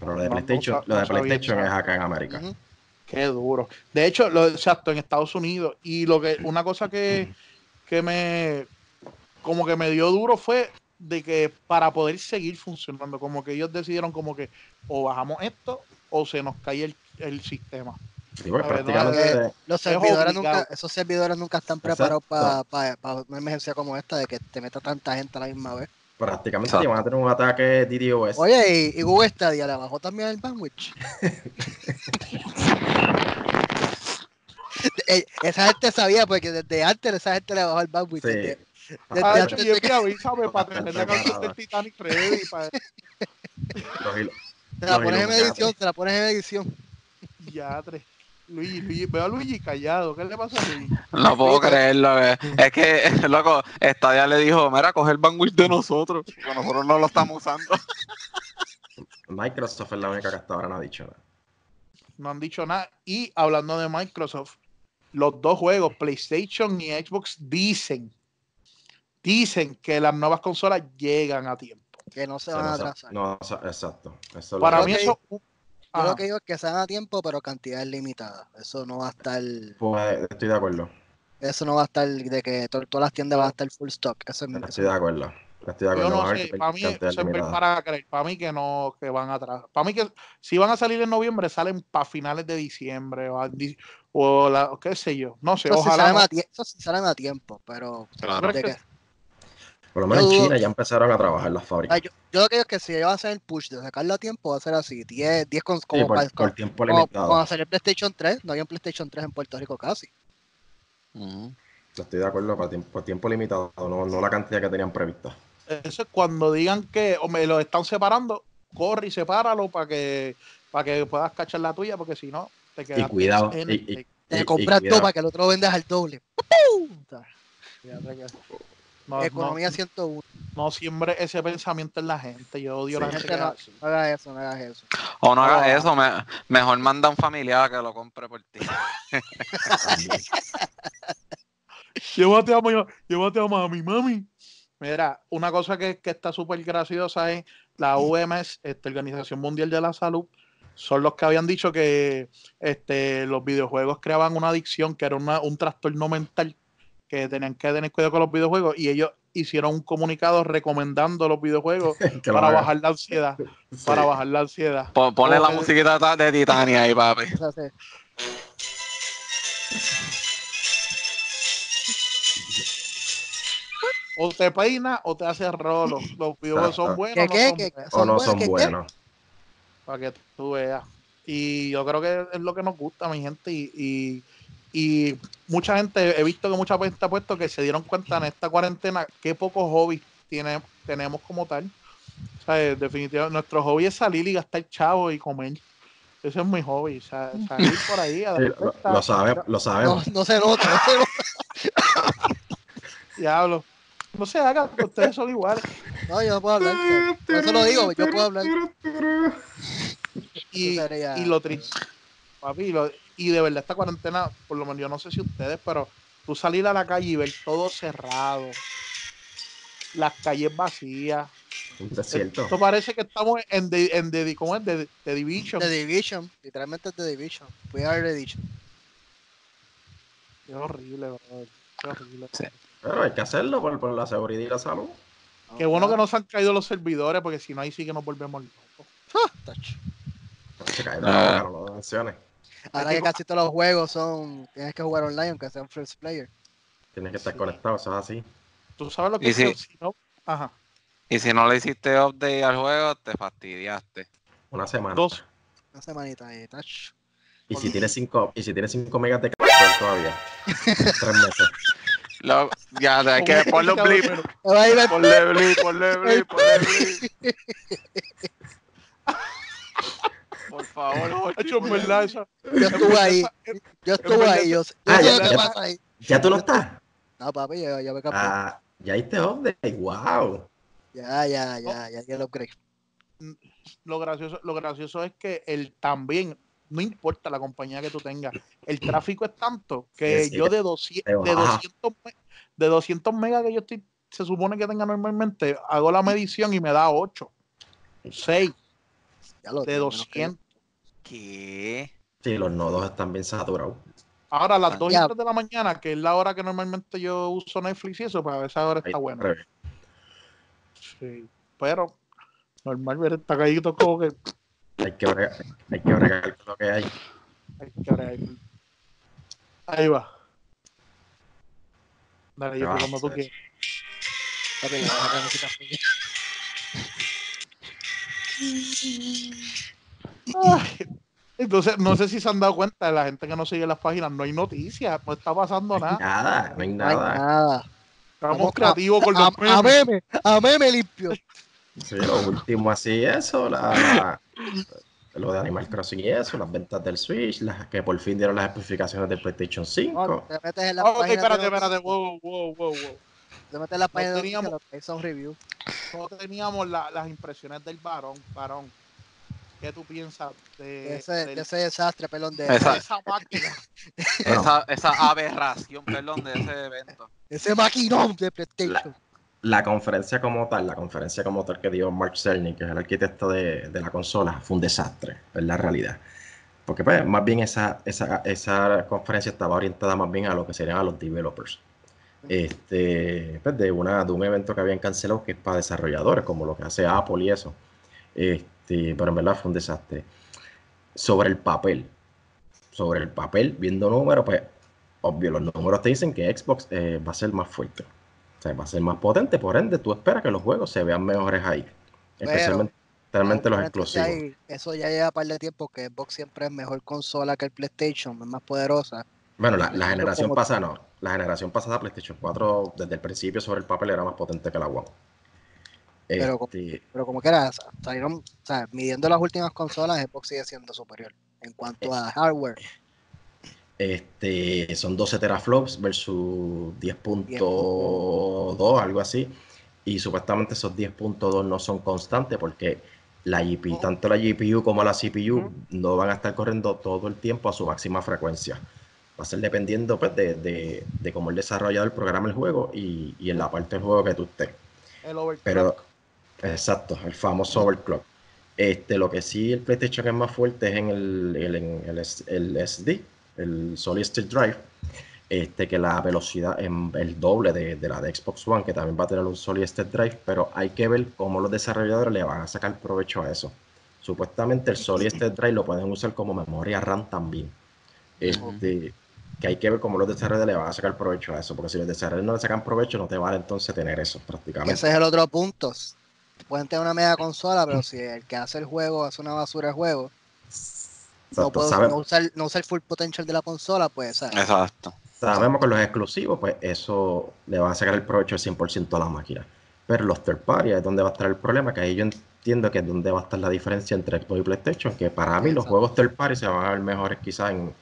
[SPEAKER 4] Pero lo de
[SPEAKER 1] No, no
[SPEAKER 4] PlayStation,
[SPEAKER 1] sab-
[SPEAKER 4] lo de
[SPEAKER 1] no sabía
[SPEAKER 4] PlayStation
[SPEAKER 1] eso.
[SPEAKER 4] es acá en América.
[SPEAKER 3] Ujú.
[SPEAKER 1] Qué duro. De hecho, lo, exacto, en Estados Unidos. Y lo que, una cosa que, que me como que me dio duro fue de que para poder seguir funcionando, como que ellos decidieron como que o bajamos esto o se nos cae el, el sistema.
[SPEAKER 4] Sí, porque
[SPEAKER 1] La verdad,
[SPEAKER 4] pues, prácticamente
[SPEAKER 3] Los
[SPEAKER 1] Es
[SPEAKER 3] servidores
[SPEAKER 1] obligado.
[SPEAKER 3] nunca, esos servidores nunca están preparados para una emergencia como esta de que te meta tanta gente a la misma vez.
[SPEAKER 4] prácticamente
[SPEAKER 2] Exacto.
[SPEAKER 4] te van a tener un ataque DDoS.
[SPEAKER 3] Oye, y, y Google Stadia le bajó también el bandwidth. Eh, esa gente sabía, porque desde antes esa gente le bajó el bandwidth.
[SPEAKER 4] Sí.
[SPEAKER 3] desde-
[SPEAKER 4] Bastante
[SPEAKER 1] Ah,
[SPEAKER 3] de-
[SPEAKER 1] hecho, y es que avísame para tener la canción del
[SPEAKER 4] preparado.
[SPEAKER 1] Titanic ready. Para,
[SPEAKER 4] Los hilo-
[SPEAKER 3] te la
[SPEAKER 4] Los
[SPEAKER 3] pones en
[SPEAKER 4] Illuminati.
[SPEAKER 3] edición, te la pones en edición.
[SPEAKER 1] ya, tres. Luigi, Luigi, veo a Luigi callado. ¿Qué le pasa a Luigi?
[SPEAKER 2] No puedo
[SPEAKER 3] Mira.
[SPEAKER 2] creerlo. eh. Es que, loco, Stadia le dijo, mira, coge el bandwidth de nosotros. porque nosotros no lo estamos usando.
[SPEAKER 4] Microsoft es la única que hasta ahora no ha dicho nada.
[SPEAKER 1] No han dicho nada. Y hablando de Microsoft, los dos juegos, PlayStation y Xbox, dicen, dicen que las nuevas consolas llegan a tiempo.
[SPEAKER 3] Que no se
[SPEAKER 4] O sea,
[SPEAKER 3] van a
[SPEAKER 4] no sa-
[SPEAKER 3] atrasar.
[SPEAKER 4] no sa- exacto. Eso es
[SPEAKER 1] Para
[SPEAKER 4] lo
[SPEAKER 1] mí
[SPEAKER 4] que-
[SPEAKER 1] eso...
[SPEAKER 3] Yo
[SPEAKER 1] Ajá.
[SPEAKER 3] lo que digo es que sean a tiempo, pero cantidad limitada. Eso no va a estar,
[SPEAKER 4] Pues, estoy de acuerdo.
[SPEAKER 3] eso no va a estar de que to- todas las tiendas van a estar full stock. Eso es
[SPEAKER 4] Estoy de acuerdo. Estoy de
[SPEAKER 1] Yo
[SPEAKER 4] acuerdo.
[SPEAKER 1] no
[SPEAKER 4] Vamos a ver
[SPEAKER 1] sé,
[SPEAKER 4] qué
[SPEAKER 1] para mí, eso
[SPEAKER 4] cantidad
[SPEAKER 1] es ver
[SPEAKER 4] limitada.
[SPEAKER 1] para creer, para mí que no, que van atrás. Para mí que si van a salir en noviembre, salen para finales de diciembre o, a di- o la- o qué sé yo, no sé,
[SPEAKER 3] eso sí
[SPEAKER 1] ojalá.
[SPEAKER 3] salen
[SPEAKER 1] no.
[SPEAKER 3] a tie- eso sí salen a tiempo, pero
[SPEAKER 2] Claro.
[SPEAKER 3] de que-
[SPEAKER 4] Por lo menos en
[SPEAKER 3] Yo dudo-
[SPEAKER 4] China ya empezaron a trabajar las fábricas.
[SPEAKER 3] Ay, yo, yo lo que digo es que si ellos van a hacer el push de sacarlo a tiempo, va a ser así: 10, 10 con,
[SPEAKER 4] Sí,
[SPEAKER 3] como, para-
[SPEAKER 4] por, por tiempo
[SPEAKER 3] como-
[SPEAKER 4] limitado.
[SPEAKER 3] como hacer el PlayStation 3. No había un PlayStation 3 en Puerto Rico casi.
[SPEAKER 2] Ujú.
[SPEAKER 4] Estoy de acuerdo, para tiempo, por tiempo limitado, no, no la cantidad que tenían prevista.
[SPEAKER 1] Eso es cuando digan que o me lo están separando, corre y sepáralo para que, para que puedas cachar la tuya, porque si no, te quedas.
[SPEAKER 4] cuidado,
[SPEAKER 1] en-
[SPEAKER 4] y- y-
[SPEAKER 3] Te
[SPEAKER 4] Y- y
[SPEAKER 3] compras
[SPEAKER 4] cuidado.
[SPEAKER 3] todo para que el otro lo vendas al doble. ¡Pum! O sea, fíjate que-
[SPEAKER 1] no, no,
[SPEAKER 3] Economía 101.
[SPEAKER 1] no siembre ese pensamiento en la gente. Yo odio
[SPEAKER 4] Sí.
[SPEAKER 1] la gente que
[SPEAKER 3] Gente,
[SPEAKER 1] hace eso.
[SPEAKER 3] No hagas eso, no hagas eso.
[SPEAKER 2] O no hagas
[SPEAKER 1] Ah.
[SPEAKER 2] eso, me- mejor manda a un familiar que lo compre por ti.
[SPEAKER 1] Llévate a, ma- llévate a mami, mami. Mira, una cosa que, que está súper graciosa es la OMS, esta este, Organización Mundial de la Salud, son los que habían dicho que este, los videojuegos creaban una adicción, que era una- un trastorno mental, que tenían que tener cuidado con los videojuegos, y ellos hicieron un comunicado recomendando los videojuegos
[SPEAKER 4] Que lo
[SPEAKER 1] para
[SPEAKER 4] haga.
[SPEAKER 1] bajar la ansiedad,
[SPEAKER 4] Sí.
[SPEAKER 1] para bajar la ansiedad.
[SPEAKER 2] Po- Ponle la
[SPEAKER 1] Ojo.
[SPEAKER 2] musiquita ta- de Titania ahí, papi.
[SPEAKER 3] O sea, se-
[SPEAKER 1] O te peina o te hace rolo. Los videojuegos son buenos.
[SPEAKER 3] ¿Qué,
[SPEAKER 1] no son
[SPEAKER 3] qué, qué?
[SPEAKER 1] buenos.
[SPEAKER 4] O no
[SPEAKER 3] buenas,
[SPEAKER 4] son
[SPEAKER 3] ¿qué, qué?
[SPEAKER 4] buenos.
[SPEAKER 1] para que tú veas. Y yo creo que es lo que nos gusta, mi gente. Y, y, y mucha gente, he visto que mucha gente ha puesto que se dieron cuenta en esta cuarentena qué pocos hobbies tiene, tenemos como tal. O sea, eh, definitivamente, nuestro hobby es salir y gastar chavo y comer. Ese es mi hobby, o sea, salir por ahí a
[SPEAKER 4] Sí,
[SPEAKER 1] dar
[SPEAKER 4] lo,
[SPEAKER 1] vueltas.
[SPEAKER 4] lo sabe- lo
[SPEAKER 3] No,
[SPEAKER 4] sabemos.
[SPEAKER 3] no se nota, no se nota.
[SPEAKER 1] Diablo. No se hagan, ustedes son iguales.
[SPEAKER 3] No, yo no puedo hablar. pero- Por eso lo digo, yo puedo hablar.
[SPEAKER 1] Y,
[SPEAKER 3] Eso sería-
[SPEAKER 1] y lo triste, papi, y lo- y de verdad esta cuarentena, por lo menos yo no sé si ustedes, pero tú salir a la calle y ver todo cerrado, las calles vacías,
[SPEAKER 4] Un desierto.
[SPEAKER 1] esto parece que estamos en The, en The- ¿cómo es? The- The Division,
[SPEAKER 3] The Division, literalmente es The Division. We are The Division.
[SPEAKER 1] es horrible, brother, qué horrible.
[SPEAKER 4] Pero hay que hacerlo por, por la seguridad y la salud.
[SPEAKER 1] Qué bueno que
[SPEAKER 3] Ah,
[SPEAKER 1] no se han caído los servidores, porque si no ahí sí que nos volvemos locos.
[SPEAKER 3] Tacho.
[SPEAKER 4] Se cae de
[SPEAKER 2] Ah.
[SPEAKER 4] la boca, no lo menciones.
[SPEAKER 3] Ahora que casi todos los juegos son. Tienes que jugar online, aunque sea un first player.
[SPEAKER 4] Tienes que estar
[SPEAKER 1] Sí.
[SPEAKER 4] conectado, eso es así.
[SPEAKER 1] Tú sabes lo
[SPEAKER 2] Y
[SPEAKER 1] que
[SPEAKER 2] sí.
[SPEAKER 1] es si no, ajá,
[SPEAKER 2] Y si no le hiciste update al juego, te fastidiaste.
[SPEAKER 4] Una
[SPEAKER 2] Ah.
[SPEAKER 4] semana.
[SPEAKER 1] dos,
[SPEAKER 3] Una semanita ahí, tacho.
[SPEAKER 4] Y si tienes 5 y si tienes cinco megas de c- todavía. Tres meses.
[SPEAKER 2] Lo- ya, es
[SPEAKER 1] con
[SPEAKER 2] que
[SPEAKER 1] un
[SPEAKER 2] ponle un
[SPEAKER 1] comunicador,
[SPEAKER 2] blip,
[SPEAKER 1] pero-
[SPEAKER 3] Ahí va-
[SPEAKER 2] ponle blip, ponle blip, ponle blip. Por favor, Jorge,
[SPEAKER 1] Hacho, en verdad, esa-
[SPEAKER 3] Yo estuve ahí. Yo estuve
[SPEAKER 1] verdad,
[SPEAKER 3] ahí. Yo, sé- yo
[SPEAKER 4] Ah,
[SPEAKER 3] sé
[SPEAKER 4] ya-
[SPEAKER 3] lo que
[SPEAKER 4] ya-
[SPEAKER 3] pasa ahí.
[SPEAKER 4] ¿Ya tú no estás?
[SPEAKER 3] No, papi, yo, yo me cambié.
[SPEAKER 4] Ah, ya hiciste update. Wow.
[SPEAKER 3] Ya, ya, ya, ya, ya lo creí.
[SPEAKER 1] lo gracioso, lo gracioso es que el también, no importa la compañía que tú tengas, el tráfico es tanto que
[SPEAKER 4] Sí, sí,
[SPEAKER 1] yo de 200,
[SPEAKER 4] te
[SPEAKER 1] de
[SPEAKER 4] baja.
[SPEAKER 1] 200, me- de 200 megas que yo estoy, se supone que tenga normalmente, hago la medición y me da 8, 6
[SPEAKER 3] Ya lo
[SPEAKER 1] de
[SPEAKER 3] tengo, menos que yo.
[SPEAKER 1] 200.
[SPEAKER 2] ¿Qué?
[SPEAKER 4] Sí, los nodos están bien saturados.
[SPEAKER 1] Ahora a las 2 y
[SPEAKER 3] Ya.
[SPEAKER 1] 3 de la mañana, que es la hora que normalmente yo uso Netflix y eso, pues a veces ahora
[SPEAKER 4] Ahí
[SPEAKER 1] está bueno.
[SPEAKER 4] al revés.
[SPEAKER 1] Sí, pero normal ver está caído como que
[SPEAKER 4] Hay que bregar, hay que bregar con lo que hay.
[SPEAKER 1] Ay, caray. Ahí va. Dale, yo
[SPEAKER 4] Ah,
[SPEAKER 1] cuando tú
[SPEAKER 4] sí.
[SPEAKER 1] quieras.
[SPEAKER 3] Papi, yo me cambié ese café.
[SPEAKER 1] Ay, Entonces, no sé si se han dado cuenta, la gente que no sigue las páginas, no hay noticias, no está pasando nada.
[SPEAKER 4] Nada, no hay
[SPEAKER 3] No hay
[SPEAKER 4] nada.
[SPEAKER 3] nada.
[SPEAKER 1] Estamos
[SPEAKER 3] Vamos a-
[SPEAKER 1] creativos con
[SPEAKER 3] A,
[SPEAKER 1] los memes.
[SPEAKER 3] a meme, a meme limpio.
[SPEAKER 4] Sí, lo último así, eso, la, la- lo de Animal Crossing y eso, las ventas del Switch, las que por fin dieron las especificaciones del PlayStation 5.
[SPEAKER 1] Ah,
[SPEAKER 3] No, te metes en la
[SPEAKER 1] Ok,
[SPEAKER 3] página.
[SPEAKER 1] espérate,
[SPEAKER 3] de los-
[SPEAKER 1] espérate, wow, wow, wow, wow.
[SPEAKER 3] Te metes en la página de los-
[SPEAKER 1] teníamos-
[SPEAKER 3] de los que son reviews.
[SPEAKER 1] No teníamos la- las impresiones del varón, varón. ¿Qué tú piensas de,
[SPEAKER 3] De ese,
[SPEAKER 1] del-
[SPEAKER 3] de ese desastre, pelón, de
[SPEAKER 1] de
[SPEAKER 2] Esa-
[SPEAKER 1] esa máquina?
[SPEAKER 4] Bueno.
[SPEAKER 2] Esa, esa aberración, perdón, de ese evento.
[SPEAKER 3] ese maquinón de PlayStation.
[SPEAKER 4] La conferencia como tal, la conferencia como tal que dio Mark Cerny, que es el arquitecto de, de la consola, fue un desastre, es la realidad. Porque pues, más bien esa, esa, esa conferencia estaba orientada más bien a lo que serían a los developers. Este, pues, de, una, de un evento que habían cancelado que es para desarrolladores, como lo que hace Apple y eso. Este, pero en verdad fue un desastre. Sobre el papel, sobre el papel, viendo números, pues obvio, los números te dicen que Xbox eh, va a ser más fuerte. O sea, va a ser más potente, por ende, tú esperas que los juegos se vean mejores ahí.
[SPEAKER 3] Pero,
[SPEAKER 4] Especialmente especialmente los
[SPEAKER 3] Obviamente, ya
[SPEAKER 4] exclusivos.
[SPEAKER 3] hay- eso ya lleva un par de tiempo que Xbox siempre es mejor consola que el PlayStation, es más poderosa.
[SPEAKER 4] Bueno, la, la
[SPEAKER 3] Yo
[SPEAKER 4] generación
[SPEAKER 3] como-
[SPEAKER 4] pasada no. La generación pasada, PlayStation 4, desde el principio sobre el papel era más potente que la One.
[SPEAKER 3] Pero como-
[SPEAKER 4] Este,
[SPEAKER 3] Pero como que era, sa- salieron, o sea, midiendo las últimas consolas, Xbox sigue siendo superior en cuanto a hardware.
[SPEAKER 4] este, son 12 teraflops versus 10.2, algo así. Y supuestamente esos 10.2 no son constantes porque la GPU, tanto la GPU como la CPU
[SPEAKER 3] Oh. Ujú.
[SPEAKER 4] no van a estar corriendo todo el tiempo a su máxima frecuencia. Va a ser dependiendo pues, de, de- de cómo el desarrollador programa el juego y, y en la parte del juego que tú estés.
[SPEAKER 1] El overclock.
[SPEAKER 4] Pero, exacto, el famoso overclock. Este, lo que sí el PlayStation es más fuerte es en el, el- en el S- el SD, el Solid State Drive, este, que la velocidad es el doble de, de la de Xbox One, que también va a tener un Solid State Drive, pero hay que ver cómo los desarrolladores le van a sacar provecho a eso. Supuestamente el Solid State Drive lo pueden usar como memoria RAM también. Este, que hay que ver cómo los desarrolladores le van a sacar provecho a eso, porque si los desarrolladores no le sacan provecho, no te vale entonces tener eso
[SPEAKER 3] Que
[SPEAKER 4] prácticamente.
[SPEAKER 3] ese es el otro punto. Pueden tener una mega consola, pero si el que hace el juego hace una basura de juego, no,
[SPEAKER 4] Exacto,
[SPEAKER 3] puede,
[SPEAKER 4] sabe-
[SPEAKER 3] no, usar, no usar el full potential de la consola, pues, ¿sabes?
[SPEAKER 2] Exacto.
[SPEAKER 4] sabemos que los exclusivos, pues eso le va a sacar el provecho al 100% a la máquina. Pero los third party es donde va a estar el problema, que ahí yo entiendo que es donde va a estar la diferencia entre Xbox y PlayStation, que para mí los
[SPEAKER 3] Exacto.
[SPEAKER 4] juegos third party se van a ver mejores quizás en,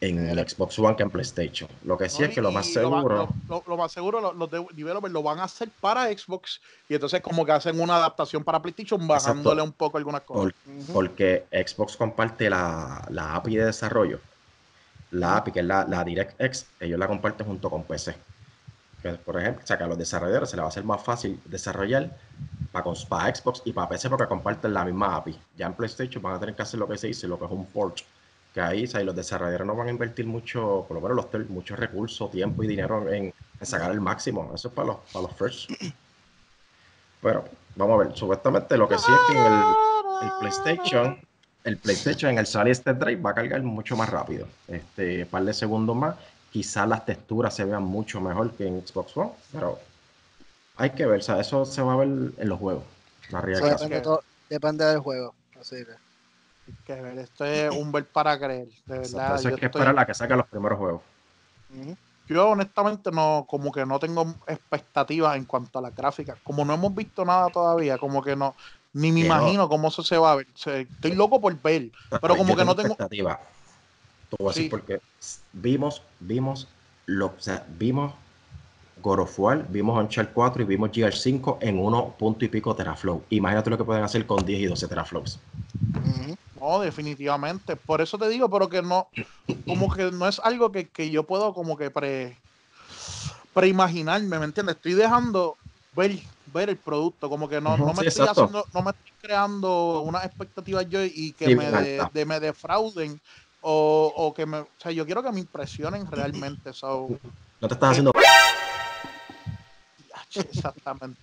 [SPEAKER 4] en el Xbox One que en PlayStation. Lo que sí
[SPEAKER 1] No,
[SPEAKER 4] es que lo
[SPEAKER 1] y-
[SPEAKER 4] más
[SPEAKER 1] y va-
[SPEAKER 4] seguro...
[SPEAKER 1] Lo, lo- lo más seguro, lo- los de- developers lo van a hacer para Xbox y entonces, como que hacen una adaptación para PlayStation, bajándole un poco algunas cosas.
[SPEAKER 4] Por- porque Xbox comparte la, la API de desarrollo. La API, que es la, la DirectX, ellos la comparten junto con PC. Que, Por ejemplo, o sea, que a los desarrolladores se les va a hacer más fácil desarrollar para, para Xbox y para PC porque comparten la misma API. Ya en PlayStation van a tener que hacer lo que se dice, lo que es un port. Que ahí, o sea, y los desarrolladores no van a invertir mucho, por lo menos los ter- muchos recursos, tiempo y dinero en, en sacar el máximo. Eso es para los, para los first. Pero vamos a ver, supuestamente lo que sí es que en el, el PlayStation, el PlayStation en el Solid State Drive va a cargar mucho más rápido. Este, un par de segundos más. Quizás las texturas se vean mucho mejor que en Xbox One, pero hay que ver. O sea, eso se va a ver en los juegos. La
[SPEAKER 3] Eso
[SPEAKER 4] realidad.
[SPEAKER 3] depende, todo- depende del juego. Así que,
[SPEAKER 1] Que ver, esto es un ver para creer, de verdad.
[SPEAKER 4] Eso
[SPEAKER 1] yo
[SPEAKER 4] es que
[SPEAKER 1] estoy-
[SPEAKER 4] esperar la que saca los primeros juegos.
[SPEAKER 3] ujú.
[SPEAKER 1] yo honestamente no, como que no tengo expectativas en cuanto a las gráficas. Como no hemos visto nada todavía, como que no, ni me
[SPEAKER 4] Que no.
[SPEAKER 1] imagino cómo eso se va a ver. O sea, estoy loco por ver. Pero como
[SPEAKER 4] Yo
[SPEAKER 1] que no tengo-
[SPEAKER 4] expectativa. Te voy a decir
[SPEAKER 1] Sí.
[SPEAKER 4] porque vimos, vimos, lo, o sea, vimos God of War, vimos Uncharted 4 y vimos GR5 en uno punto y pico teraflow. Imagínate lo que pueden hacer con 10 y 12 teraflops.
[SPEAKER 3] Ujú.
[SPEAKER 1] No, definitivamente. Por eso te digo, pero que no, como que no es algo que, que yo puedo como que pre, preimaginarme, ¿me entiendes? Estoy dejando ver, ver el producto, como que no,
[SPEAKER 4] Ujú,
[SPEAKER 1] no me
[SPEAKER 4] sí,
[SPEAKER 1] estoy
[SPEAKER 4] exacto.
[SPEAKER 1] haciendo, no me estoy creando unas expectativas yo y que
[SPEAKER 4] Sí,
[SPEAKER 1] me, de-
[SPEAKER 4] exacto.
[SPEAKER 1] de- me defrauden o, o que me, o sea, yo quiero que me impresionen realmente, so,
[SPEAKER 4] No te estás haciendo
[SPEAKER 1] exactamente.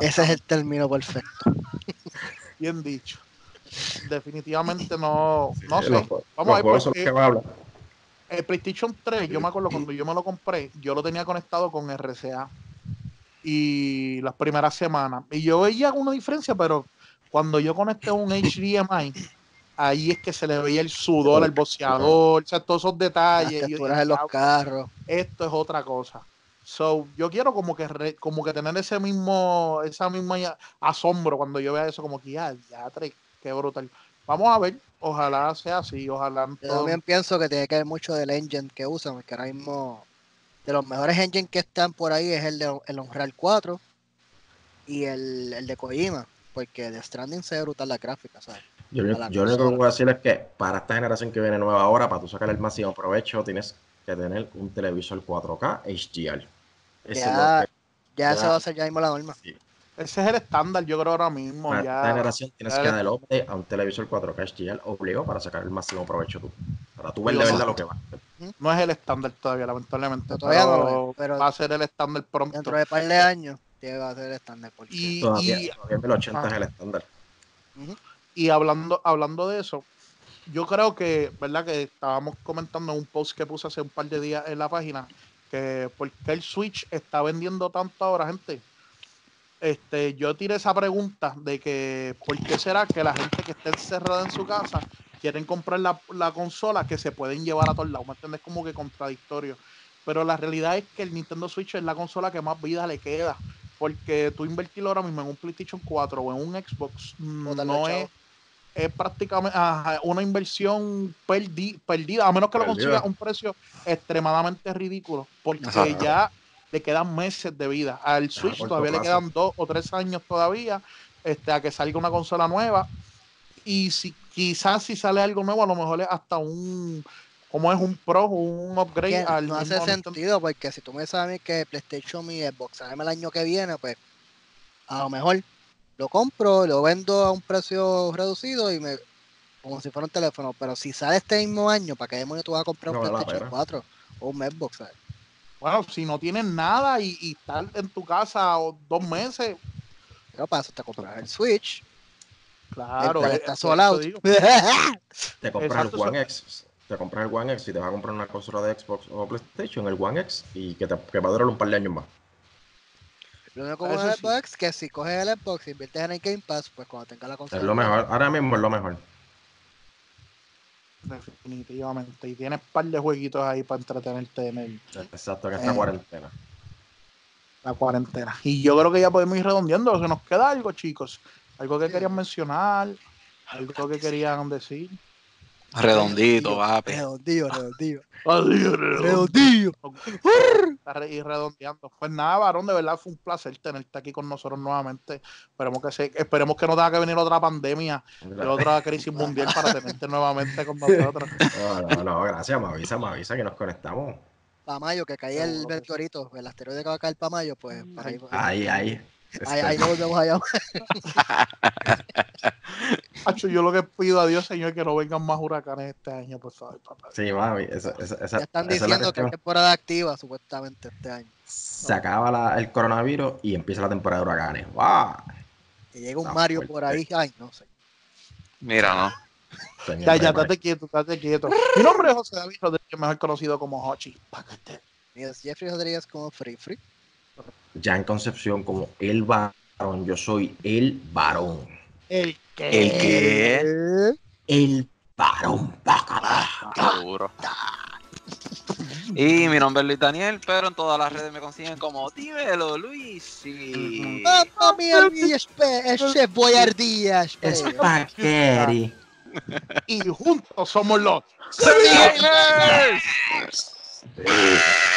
[SPEAKER 3] Ese es el término perfecto.
[SPEAKER 1] Bien dicho. Definitivamente no,
[SPEAKER 4] Sí,
[SPEAKER 1] no
[SPEAKER 4] sí,
[SPEAKER 1] sé.
[SPEAKER 4] los-
[SPEAKER 1] a ver,
[SPEAKER 4] los
[SPEAKER 1] pues, eh,
[SPEAKER 4] juegos son
[SPEAKER 1] porque-
[SPEAKER 4] los que va a hablar.
[SPEAKER 1] El PlayStation 3, yo me acuerdo cuando yo me lo compré, yo lo tenía conectado con RCA y las primeras semanas. Y yo veía una diferencia, pero cuando yo conecté un HDMI, ahí es que se le veía el sudor, el boceador, o sea, todos esos
[SPEAKER 3] Las
[SPEAKER 1] detalles. Ah, Y yo
[SPEAKER 3] texturas
[SPEAKER 1] dije,
[SPEAKER 3] en los
[SPEAKER 1] "Diablo,
[SPEAKER 3] carros.
[SPEAKER 1] esto es otra cosa. So, yo quiero como que re- como que tener ese mismo, esa misma ya- asombro cuando yo vea eso, como que ya, ya, "Ah, qué brutal. Vamos a ver, ojalá sea así, ojalá.
[SPEAKER 3] Yo
[SPEAKER 1] todo-
[SPEAKER 3] también pienso que tiene que ver mucho del engine que usan, porque ahora mismo de los mejores engines que están por ahí es el de el Unreal 4 y el, el de Kojima, porque de Stranding se ve brutal la gráfica, ¿sabes?
[SPEAKER 4] Yo,
[SPEAKER 3] la
[SPEAKER 4] lo- yo lo único
[SPEAKER 3] consola.
[SPEAKER 4] que puedo decir es que para esta generación que viene nueva ahora, para tú sacar el máximo provecho, tienes que tener un televisor 4K HDR. Eso es lo
[SPEAKER 3] Ya,
[SPEAKER 4] que-
[SPEAKER 3] ya
[SPEAKER 4] ya.
[SPEAKER 3] eso va a ser ya mismo la norma.
[SPEAKER 4] sí.
[SPEAKER 1] Ese es el estándar, yo creo ahora mismo.
[SPEAKER 4] Para esta
[SPEAKER 1] Ya,
[SPEAKER 4] generación tienes
[SPEAKER 1] ya
[SPEAKER 4] que
[SPEAKER 1] era-
[SPEAKER 4] dar el update a un televisor 4K HDR obligado para sacar el máximo provecho tú. Para tú ver de
[SPEAKER 1] Digo,
[SPEAKER 4] verdad
[SPEAKER 1] no.
[SPEAKER 4] lo que va.
[SPEAKER 1] no es el estándar todavía, lamentablemente.
[SPEAKER 3] No, todavía no lo
[SPEAKER 1] pero
[SPEAKER 3] es, pero-
[SPEAKER 1] va a ser el estándar pronto.
[SPEAKER 3] Dentro de par de años ya va a ser el estándar. Porque...
[SPEAKER 1] Y-
[SPEAKER 4] Todavía,
[SPEAKER 1] y-
[SPEAKER 4] todavía en el 80 es el estándar.
[SPEAKER 1] Y hablando, hablando de eso, yo creo que, ¿verdad? Que estábamos comentando en un post que puse hace un par de días en la página, que por qué el Switch está vendiendo tanto ahora, gente. Este, yo tiré esa pregunta de que ¿por qué será que la gente que está encerrada en su casa quieren comprar la, la consola que se pueden llevar a todos lados? ¿Me entiendes? Como que contradictorio. Pero la realidad es que el Nintendo Switch es la consola que más vida le queda. Porque tú invertirlo ahora mismo en un PlayStation 4 o en un Xbox
[SPEAKER 3] Botarle
[SPEAKER 1] no
[SPEAKER 3] chavo.
[SPEAKER 1] es, es prácticamente ajá, una inversión perdi- perdida, a menos que lo
[SPEAKER 4] Perdida.
[SPEAKER 1] consiga a un precio extremadamente ridículo, porque
[SPEAKER 4] Exacto. Ah,
[SPEAKER 1] ya le quedan meses de vida. Al Switch
[SPEAKER 4] corto
[SPEAKER 1] todavía le
[SPEAKER 4] plazo.
[SPEAKER 1] quedan dos o tres años todavía este, a que salga una consola nueva. Y si quizás si sale algo nuevo, a lo mejor es hasta un, como es un pro, un upgrade
[SPEAKER 3] que
[SPEAKER 1] Pues, al
[SPEAKER 3] no hace
[SPEAKER 1] mismo Nintendo.
[SPEAKER 3] sentido porque si tú me sabes a mí que PlayStation y Xbox salen el año que viene, pues a lo mejor lo compro, lo vendo a un precio reducido y me como si fuera un teléfono, pero si sale este mismo año, ¿para qué demonios tú vas a comprar un
[SPEAKER 4] No vale la
[SPEAKER 3] PlayStation
[SPEAKER 4] pena.
[SPEAKER 3] 4 o un Xbox? ¿sabes?
[SPEAKER 1] Bueno, si no tienes nada y, y estar en tu casa o dos meses,
[SPEAKER 3] Pero para eso te compras el Switch,
[SPEAKER 1] claro.
[SPEAKER 3] pero
[SPEAKER 1] eh,
[SPEAKER 3] está
[SPEAKER 1] eso-
[SPEAKER 3] sold out.
[SPEAKER 1] eso digo.
[SPEAKER 4] Te compras
[SPEAKER 1] Exacto,
[SPEAKER 4] el
[SPEAKER 1] eso-
[SPEAKER 4] One X. Te compras el One X y te vas a comprar una consola de Xbox o PlayStation, el One X, y que, te, que va a durar un par de años más.
[SPEAKER 3] Lo único
[SPEAKER 1] Ah, Eso
[SPEAKER 3] con el
[SPEAKER 1] sí.
[SPEAKER 3] Xbox es que si coges el Xbox y inviertes en el Game Pass, pues cuando tengas la consola.
[SPEAKER 4] Es lo mejor. Ahora mismo es lo mejor.
[SPEAKER 1] Definitivamente. Y tienes un par de jueguitos ahí para entretenerte en el,
[SPEAKER 4] Exacto, en esta
[SPEAKER 1] Eh.
[SPEAKER 4] cuarentena.
[SPEAKER 1] la cuarentena. Y yo creo que ya podemos ir redondeando. Se nos queda algo, chicos. Algo que
[SPEAKER 3] Sí.
[SPEAKER 1] querían mencionar, algo que querían decir.
[SPEAKER 2] Redondito, papi.
[SPEAKER 3] Redondillo, redondillo.
[SPEAKER 1] Adiós, redondeando.
[SPEAKER 3] redondillo.
[SPEAKER 1] Está re- ir redondeando. Pues nada, varón, de verdad fue un placer tenerte aquí con nosotros nuevamente. Esperemos que se, esperemos que no tenga que venir otra pandemia y otra crisis mundial para tenerte nuevamente con nosotros.
[SPEAKER 4] No, no, no, gracias, me avisa, me avisa que nos conectamos.
[SPEAKER 3] para mayo, que cae
[SPEAKER 1] Seguro
[SPEAKER 3] el
[SPEAKER 1] que sí.
[SPEAKER 3] meteorito, el asteroide que va a caer para mayo, pues
[SPEAKER 1] Mm,
[SPEAKER 3] para ahí, ahí,
[SPEAKER 4] Ahí, ahí. este,
[SPEAKER 3] ahí lo volvemos allá.
[SPEAKER 1] Hacho, yo lo que pido a Dios, señor, que no vengan más huracanes este año, por favor, papá.
[SPEAKER 4] Sí, mami, esa, esa, esa,
[SPEAKER 3] Ya están
[SPEAKER 4] esa es la
[SPEAKER 3] diciendo que es
[SPEAKER 4] cuestión.
[SPEAKER 3] temporada activa supuestamente este año.
[SPEAKER 4] se acaba la- el coronavirus y empieza la temporada de huracanes. ¡Wow!
[SPEAKER 3] Y llega un
[SPEAKER 4] Ah,
[SPEAKER 3] Mario
[SPEAKER 4] fuerte.
[SPEAKER 3] por ahí, ay, no sé.
[SPEAKER 2] Mira, no.
[SPEAKER 4] Señor,
[SPEAKER 1] Ya, ya,
[SPEAKER 4] bye, bye.
[SPEAKER 1] estate quieto, estate quieto. Mi nombre es José David Rodríguez, mejor conocido como Hochi. Pácate.
[SPEAKER 3] Y es Jeffrey Rodríguez como Free Free.
[SPEAKER 4] Ya en Concepción, como el varón, yo soy el varón.
[SPEAKER 1] El que.
[SPEAKER 2] El que
[SPEAKER 3] Eh,
[SPEAKER 4] El varón, bacala.
[SPEAKER 2] Seguro. Ah, Y mi nombre es Luis Daniel, pero en todas las redes me consiguen como Dímelo Luis. Y...
[SPEAKER 3] Mamma mía, Luis, espe- es Chef Boyardía, espe-
[SPEAKER 4] Spaghetti.
[SPEAKER 1] Y juntos somos los.
[SPEAKER 2] ¡Gamers!